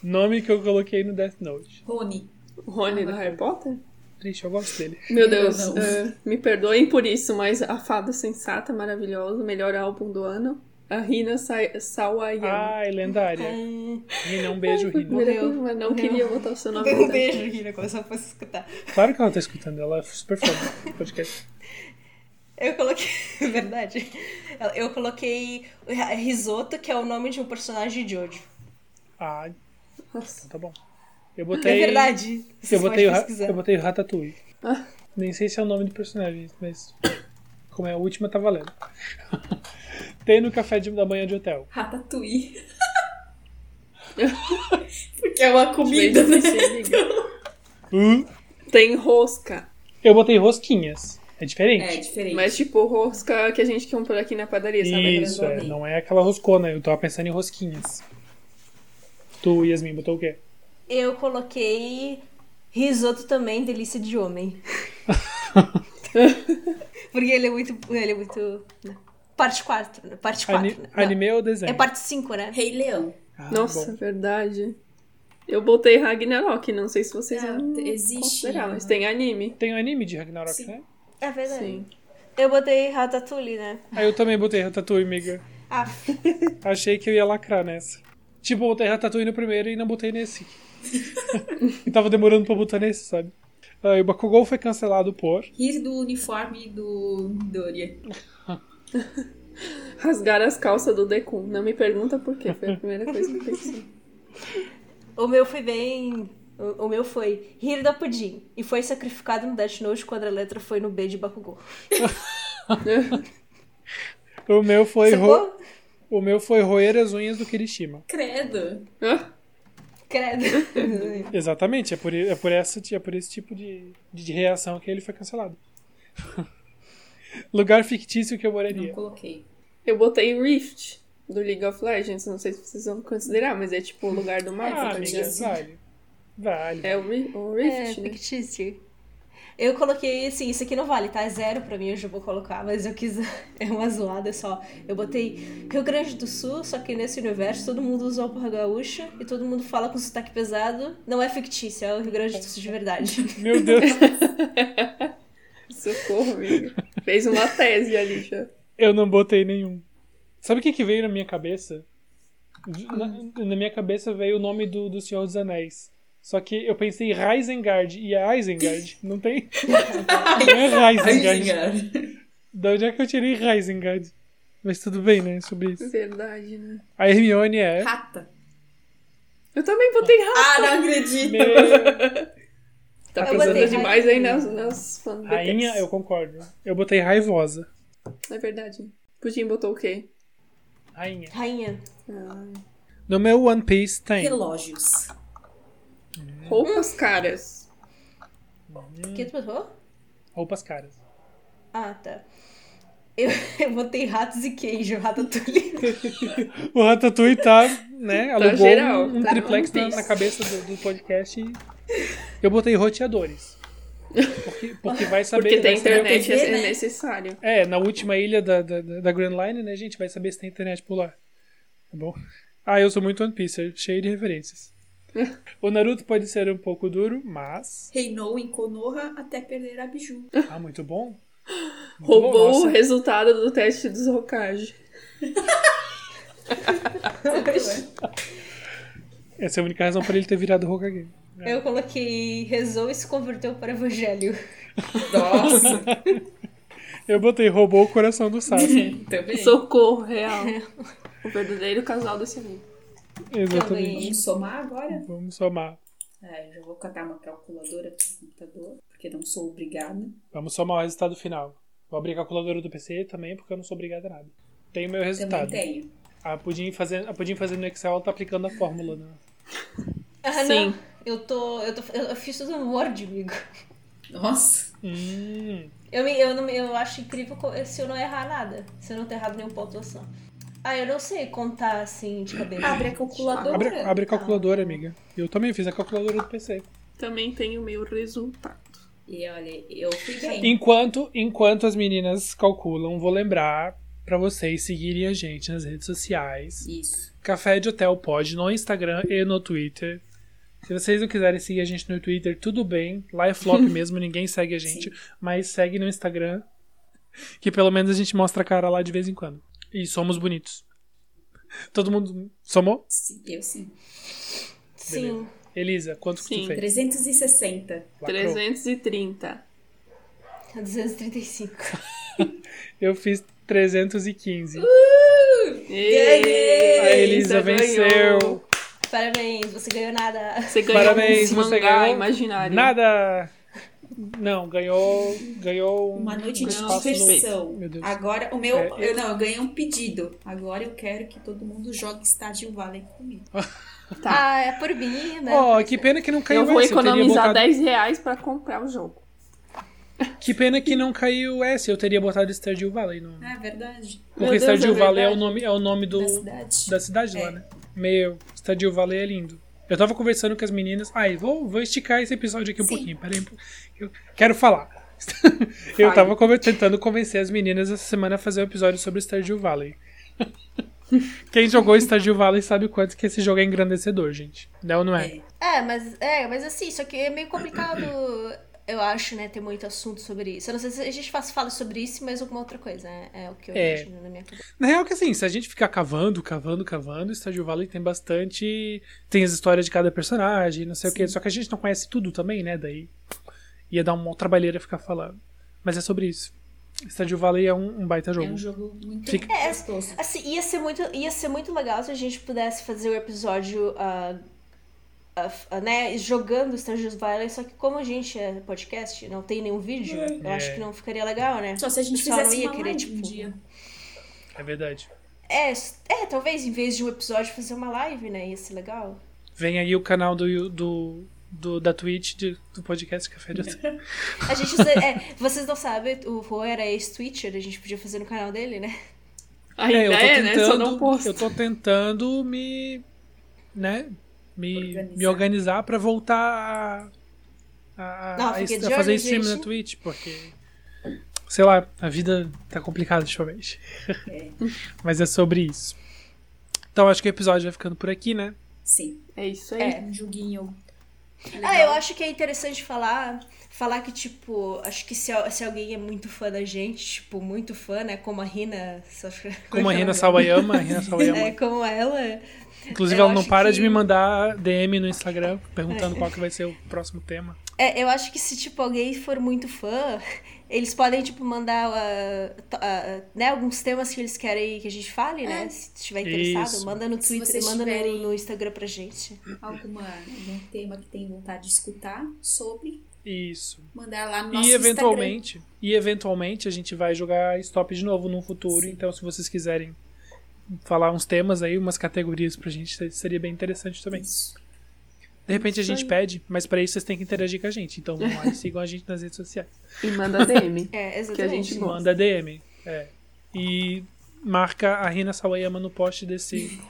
S4: Nome que eu coloquei no Death Note.
S2: Rony.
S3: O Rony do Harry Potter?
S4: Triste, eu gosto dele.
S3: Meu Deus,
S2: não.
S3: eh, me perdoem por isso, mas a fada sensata, maravilhosa, melhor álbum do ano, a Rina Sa- Sawayama.
S4: Ai, lendária. Rina, um Ah, beijo, Rina.
S3: Morreu,
S6: Morreu.
S3: mas não
S6: Morreu.
S3: queria botar o seu nome.
S6: Dei um
S3: no
S6: beijo aqui, né? Como se eu fosse escutar.
S4: Claro que ela tá escutando, ela é super fã do podcast.
S6: Eu coloquei. Verdade. Eu coloquei risoto, que é o nome de um personagem de Jojo.
S4: Ah, então
S3: Nossa.
S4: tá bom. Eu
S6: É
S4: botei.
S6: verdade. Vocês
S4: Eu botei, o,
S6: podem
S4: ra-
S6: pesquisar.
S4: eu botei o Ratatouille.
S3: Ah.
S4: Nem sei se é o nome do personagem, mas como é a última, tá valendo. Tem no café de- da manhã de hotel.
S2: Ratatouille. Porque é uma comida,
S3: Beijo,
S2: né?
S3: se liga. Tem rosca,
S4: Eu botei rosquinhas. É
S2: É,
S4: diferente.
S2: diferente.
S3: mas tipo rosca que a gente compra aqui na padaria, sabe?
S4: Isso, é,
S2: grandona.
S4: não é aquela roscona. Eu tava pensando em rosquinhas. Tu, Yasmin, botou o quê?
S6: Eu coloquei risoto também, delícia de homem. Porque ele é muito. Ele é muito. né? Parte 4, né? Parte 4.
S4: Ani- anime ou desenho?
S6: É parte 5, né?
S2: Rei Leão.
S4: Ah,
S3: Nossa,
S4: bom.
S3: verdade. Eu botei Ragnarok, não sei se vocês
S2: Ah,
S3: vão
S2: existe. né?
S3: considerar, mas tem anime.
S4: Tem um anime de Ragnarok,
S2: Sim.
S4: né?
S6: É verdade.
S3: Sim.
S6: Eu botei Ratatouille, né?
S4: Aí eu também botei Ratatouille, amiga.
S6: Ah,
S4: Achei que eu ia lacrar nessa. Tipo, eu botei Ratatouille no primeiro e não botei nesse. e tava demorando pra botar nesse, sabe? Aí o Bakugou foi cancelado por...
S2: Rir do uniforme do Doria.
S3: Rasgar as calças do Deku. Não me pergunta por quê, foi a primeira coisa que eu pensei.
S6: o meu foi bem O, o meu foi rir da pudim e foi sacrificado no Death Note quando a letra foi no B de Bakugou.
S4: O meu foi ro...
S6: Sacou?
S4: o meu foi roer as unhas do Kirishima.
S2: Credo.
S3: Hã?
S6: Credo.
S4: Exatamente, é por, i- é por, essa, é por esse tipo de, de reação que ele foi cancelado. Lugar fictício que eu
S2: Não
S4: moraria.
S2: coloquei.
S3: Eu botei Rift do League of Legends, não sei se vocês vão considerar, mas é tipo o lugar do
S4: Ah,
S3: mapa, tá
S4: amiga,
S3: ligado?
S2: fictício.
S4: vale. Vale.
S3: É o, Ri- o
S6: É,
S3: Rift, né?
S6: fictício. Eu coloquei, assim, isso aqui não vale, tá? É zero pra mim, eu já vou colocar, mas eu quis. É uma zoada só. Eu botei Rio Grande do Sul, só que nesse universo todo mundo usa o porra gaúcha e todo mundo fala com sotaque pesado. Não é fictício, é o Rio Grande do Sul de verdade.
S4: Meu Deus,
S3: Socorro, amiga. Fez uma tese ali já.
S4: eu não botei nenhum. Sabe o que, que veio na minha cabeça? De- Na, na minha cabeça veio o nome do, do Senhor dos Anéis. Só que eu pensei Isengard, e é Isengard, não tem? Não é Isengard. Da onde é que eu tirei Isengard? Mas tudo bem, né? Sobre isso.
S3: Verdade, né?
S4: A Hermione é.
S2: Rata.
S3: Eu também botei rata.
S2: Ah, não acredito.
S4: Meu-
S3: Tá
S6: Ah, Eu
S3: pensando
S6: botei
S3: demais aí
S6: rainha.
S3: nas, nas fanbacks.
S4: Rainha, eu concordo. Eu botei raivosa.
S3: É verdade. Pudim botou o quê? Ah,
S4: Rainha.
S6: Rainha.
S4: No meu One Piece tem.
S2: Relógios.
S3: Roupas
S6: Hum.
S3: caras. Hum.
S6: O que tu botou?
S4: Roupas caras.
S6: Ah, tá. Eu, eu botei ratos e queijo, ratatouille.
S4: O Ratatouille tá, né? Alugou
S3: geral,
S4: um, um
S3: tá no
S4: triplex
S3: One
S4: na,
S3: Piece.
S4: na cabeça do, do podcast e eu botei roteadores. Porque, porque vai saber.
S3: Porque tem
S4: vai saber-
S3: internet,
S2: TV,
S3: é
S2: né?
S3: necessário.
S4: É, na última ilha da, da, da da Grand Line, né, gente? Vai saber se tem internet por lá. Tá bom? Ah, eu sou muito One Piece, cheio de referências. O Naruto pode ser um pouco duro, mas.
S2: Reinou em Konoha até perder a Biju.
S4: Ah, muito bom. Muito bom,
S3: Roubou
S4: nossa.
S3: o resultado do teste dos Hokage.
S4: Essa é a única razão pra ele ter virado Hokage.
S3: É.
S6: Eu coloquei rezou e se converteu para o evangelho.
S2: Nossa.
S4: Eu botei roubou o coração do Sasuke.
S2: Também.
S3: Socorro real. O verdadeiro casal desse anime.
S4: Exatamente.
S6: Também.
S2: Vamos um somar agora?
S4: Vamos somar.
S2: Ah, eu já vou catar uma calculadora pro computador, porque não sou obrigada.
S4: Vamos somar o resultado final. Vou abrir a calculadora do PC também, porque eu não sou obrigado a nada. Tem o meu
S2: Também
S4: resultado.
S2: tenho.
S4: A Pudim fazendo, a Pudim fazendo no Excel, ela tá aplicando a fórmula, né?
S6: Ah,
S3: Sim.
S6: não. Eu tô, eu tô. Eu eu fiz tudo no Word, amigo.
S2: Nossa.
S4: Hum.
S6: Eu, me- eu, não- eu acho incrível co- se eu não errar nada. Se eu não ter errado nenhuma pontuação. Ah, eu não sei contar assim de cabeça.
S2: Abre a calculadora.
S4: Abre, abre a calculadora, amiga. Eu também fiz a calculadora do PC.
S3: Também tem o meu resultado.
S2: E olha, eu fui bem.
S4: Enquanto, enquanto as meninas calculam, vou lembrar pra vocês seguirem a gente nas redes sociais.
S2: Isso.
S4: Café de Hotel Pod no Instagram e no Twitter. Se vocês não quiserem seguir a gente no Twitter, tudo bem. Lá é flop mesmo, ninguém segue a gente. Mas segue no Instagram, que pelo menos a gente mostra a cara lá de vez em quando. E somos bonitos. Todo mundo somou?
S2: Sim, eu sim.
S6: Sim.
S4: Elisa, quanto que tu
S3: Sim.
S4: fez?
S2: 360.
S4: Lacrou.
S3: 330.
S6: 235.
S4: Eu fiz 315.
S3: Êêê,
S4: a Elisa
S3: ganhou.
S4: venceu.
S6: Parabéns, você ganhou nada.
S3: Você ganhou
S4: Parabéns,
S3: um
S4: você
S3: mangá
S4: ganhou.
S3: imaginário.
S4: Nada! Não, ganhou. Ganhou um-
S2: Uma noite de
S3: Não,
S2: diversão.
S4: perfeito. Meu Deus.
S2: Agora, o meu.
S4: É,
S2: eu, não, eu ganhei um pedido. Agora eu quero que todo mundo jogue Estádio Valley comigo.
S3: Tá.
S6: Ah, é por mim, né?
S4: Ó, Oh, que pena que não caiu
S3: eu vou
S4: essa. teria
S3: economizar
S4: botado-
S3: 10 reais pra comprar o jogo.
S4: Que pena que não caiu essa. Eu teria botado Stardew Valley no.
S2: Ah, é verdade.
S3: Meu
S4: Porque
S3: Deus,
S4: Stardew
S3: é
S4: Valley é o
S3: verdade. É.
S4: nome, é o nome do,
S2: Da cidade.
S4: da cidade lá, né? Meu, Stardew Valley é lindo. Eu tava conversando com as meninas. Ai, vou, vou esticar esse episódio aqui um
S2: Sim.
S4: pouquinho. Peraí, eu quero falar. eu tava conver- tentando convencer as meninas essa semana a fazer um episódio sobre Stardew Valley. Quem jogou Stardew Valley sabe o quanto que esse jogo é engrandecedor, gente. Não, não é?
S2: É.
S6: É, mas, é, mas assim, só que é meio complicado, eu acho, né, ter muito assunto sobre isso. Eu não sei se a gente faz, fala sobre isso, mas alguma outra coisa. né? É, o que eu
S4: É.
S6: imagino na minha cabeça.
S4: Na real que assim, se a gente ficar cavando, cavando, cavando, Stardew Valley tem bastante... Tem as histórias de cada personagem, não sei o quê. Só que a gente não conhece tudo também, né? Daí ia dar uma trabalheira ficar falando. Mas é sobre isso. Stardew Valley é um, um baita
S2: É
S4: jogo.
S2: um jogo muito
S4: Fica-
S2: gostoso.
S6: Assim, ia ser muito, ia ser muito legal se a gente pudesse fazer o episódio ah, ah, f- ah, né, jogando Stranger's Violence, só que como a gente é podcast, não tem nenhum vídeo, eu
S4: É.
S6: acho que não ficaria legal, né?
S2: É, Só se a gente
S6: Pessoal, não
S2: fizesse
S6: ia
S2: uma
S6: querer,
S2: live um
S6: tipo,
S2: dia.
S4: É verdade.
S6: É, s- é, talvez em vez de um episódio fazer uma live, né? Ia ser legal.
S4: Vem aí o canal do, Yu- do, do- da Twitch de- do podcast Café de Ação.
S6: A gente usa- é, vocês não sabem, o Rô era ex-Twitcher, a gente podia fazer no canal dele, né?
S4: É, eu
S3: Ainda
S4: tô
S3: é, né? Só
S4: tentando,
S3: não posto.
S4: eu tô tentando me, né, me
S2: Organizar.
S4: me organizar para voltar a, a,
S6: Não,
S4: a,
S6: fica
S4: a
S6: de olho,
S4: fazer stream na
S6: gente.
S4: Twitch, porque sei lá, a vida tá complicada ultimamente.
S2: É.
S4: Mas é sobre isso. Então acho que o episódio vai ficando por aqui, né?
S2: Sim.
S3: É isso aí.
S2: Um joguinho.
S6: Ah, eu acho que é interessante falar, falar que, tipo, acho que se, al- se alguém é muito fã da gente, tipo, muito fã, né? Como a Rina. só-
S4: Como a
S6: é que
S4: Rina
S6: ela
S4: Sawayama, a Rina Sawayama.
S6: É, como ela.
S4: Inclusive,
S6: eu
S4: ela não
S6: acho
S4: para
S6: que-
S4: de me mandar DM no Instagram perguntando qual que vai ser o próximo tema.
S6: É, eu acho que se, tipo, alguém for muito fã, eles podem, tipo, mandar ah, to- ah, né, alguns temas que eles querem que a gente fale, né? Se estiver interessado,
S4: Isso.
S6: manda no
S2: Se
S6: Twitter,
S2: vocês
S6: manda no-
S2: tiverem-
S6: no Instagram pra gente.
S2: Alguma, algum tema que tem vontade de escutar sobre,
S4: Isso.
S2: mandar lá no nosso
S4: E eventualmente, e eventualmente a gente vai jogar stop de novo no futuro.
S2: Sim.
S4: Então, se vocês quiserem falar uns temas aí, umas categorias pra gente, se- seria bem interessante também.
S2: Instagram. Isso.
S4: De repente a
S3: Isso
S4: gente
S3: aí.
S4: pede, mas pra isso vocês têm que interagir com a gente. Então vão lá e sigam a gente nas redes sociais.
S3: E manda DM.
S6: É, exatamente.
S3: que a gente gosta.
S4: Manda DM. É. E marca a Rina Sawayama no post desse.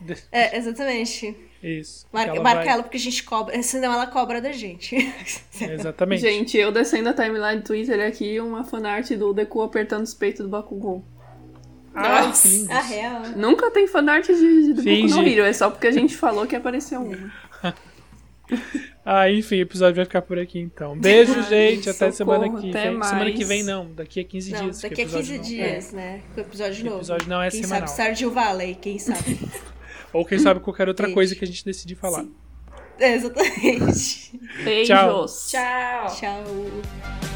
S4: de-
S6: É, exatamente.
S4: Isso. que
S6: Marca,
S4: ela
S6: marca
S4: vai-
S6: ela porque a gente cobra. Senão ela cobra da gente.
S4: Exatamente.
S3: Gente, eu descendo a timeline do Twitter aqui, uma fanart do Deku apertando os peitos do Bakugou.
S4: Ai,
S2: Nossa.
S4: Ah, que lindo.
S6: A real.
S3: Nunca tem fanart de, de do Boku no
S4: Finge.
S3: Hero, é só porque a gente falou que apareceu uma.
S4: Ah, enfim, o episódio vai ficar por aqui então. Beijo,
S3: Ai,
S4: gente. Até
S3: socorro,
S4: semana que
S3: até
S4: vem. Semana que
S3: mais.
S4: vem não, daqui a 15
S6: Não,
S4: dias. que
S6: daqui a
S4: episódio
S6: 15
S4: não- É.
S6: dias, né? Com o episódio novo.
S4: episódio não é
S6: quem
S4: semanal.
S6: sabe Stardew Valley, quem sabe.
S4: Ou quem sabe qualquer outra
S6: Gente.
S4: coisa que a gente decidir falar.
S6: É, exatamente.
S3: Beijos.
S4: Tchau.
S2: Tchau!
S6: Tchau.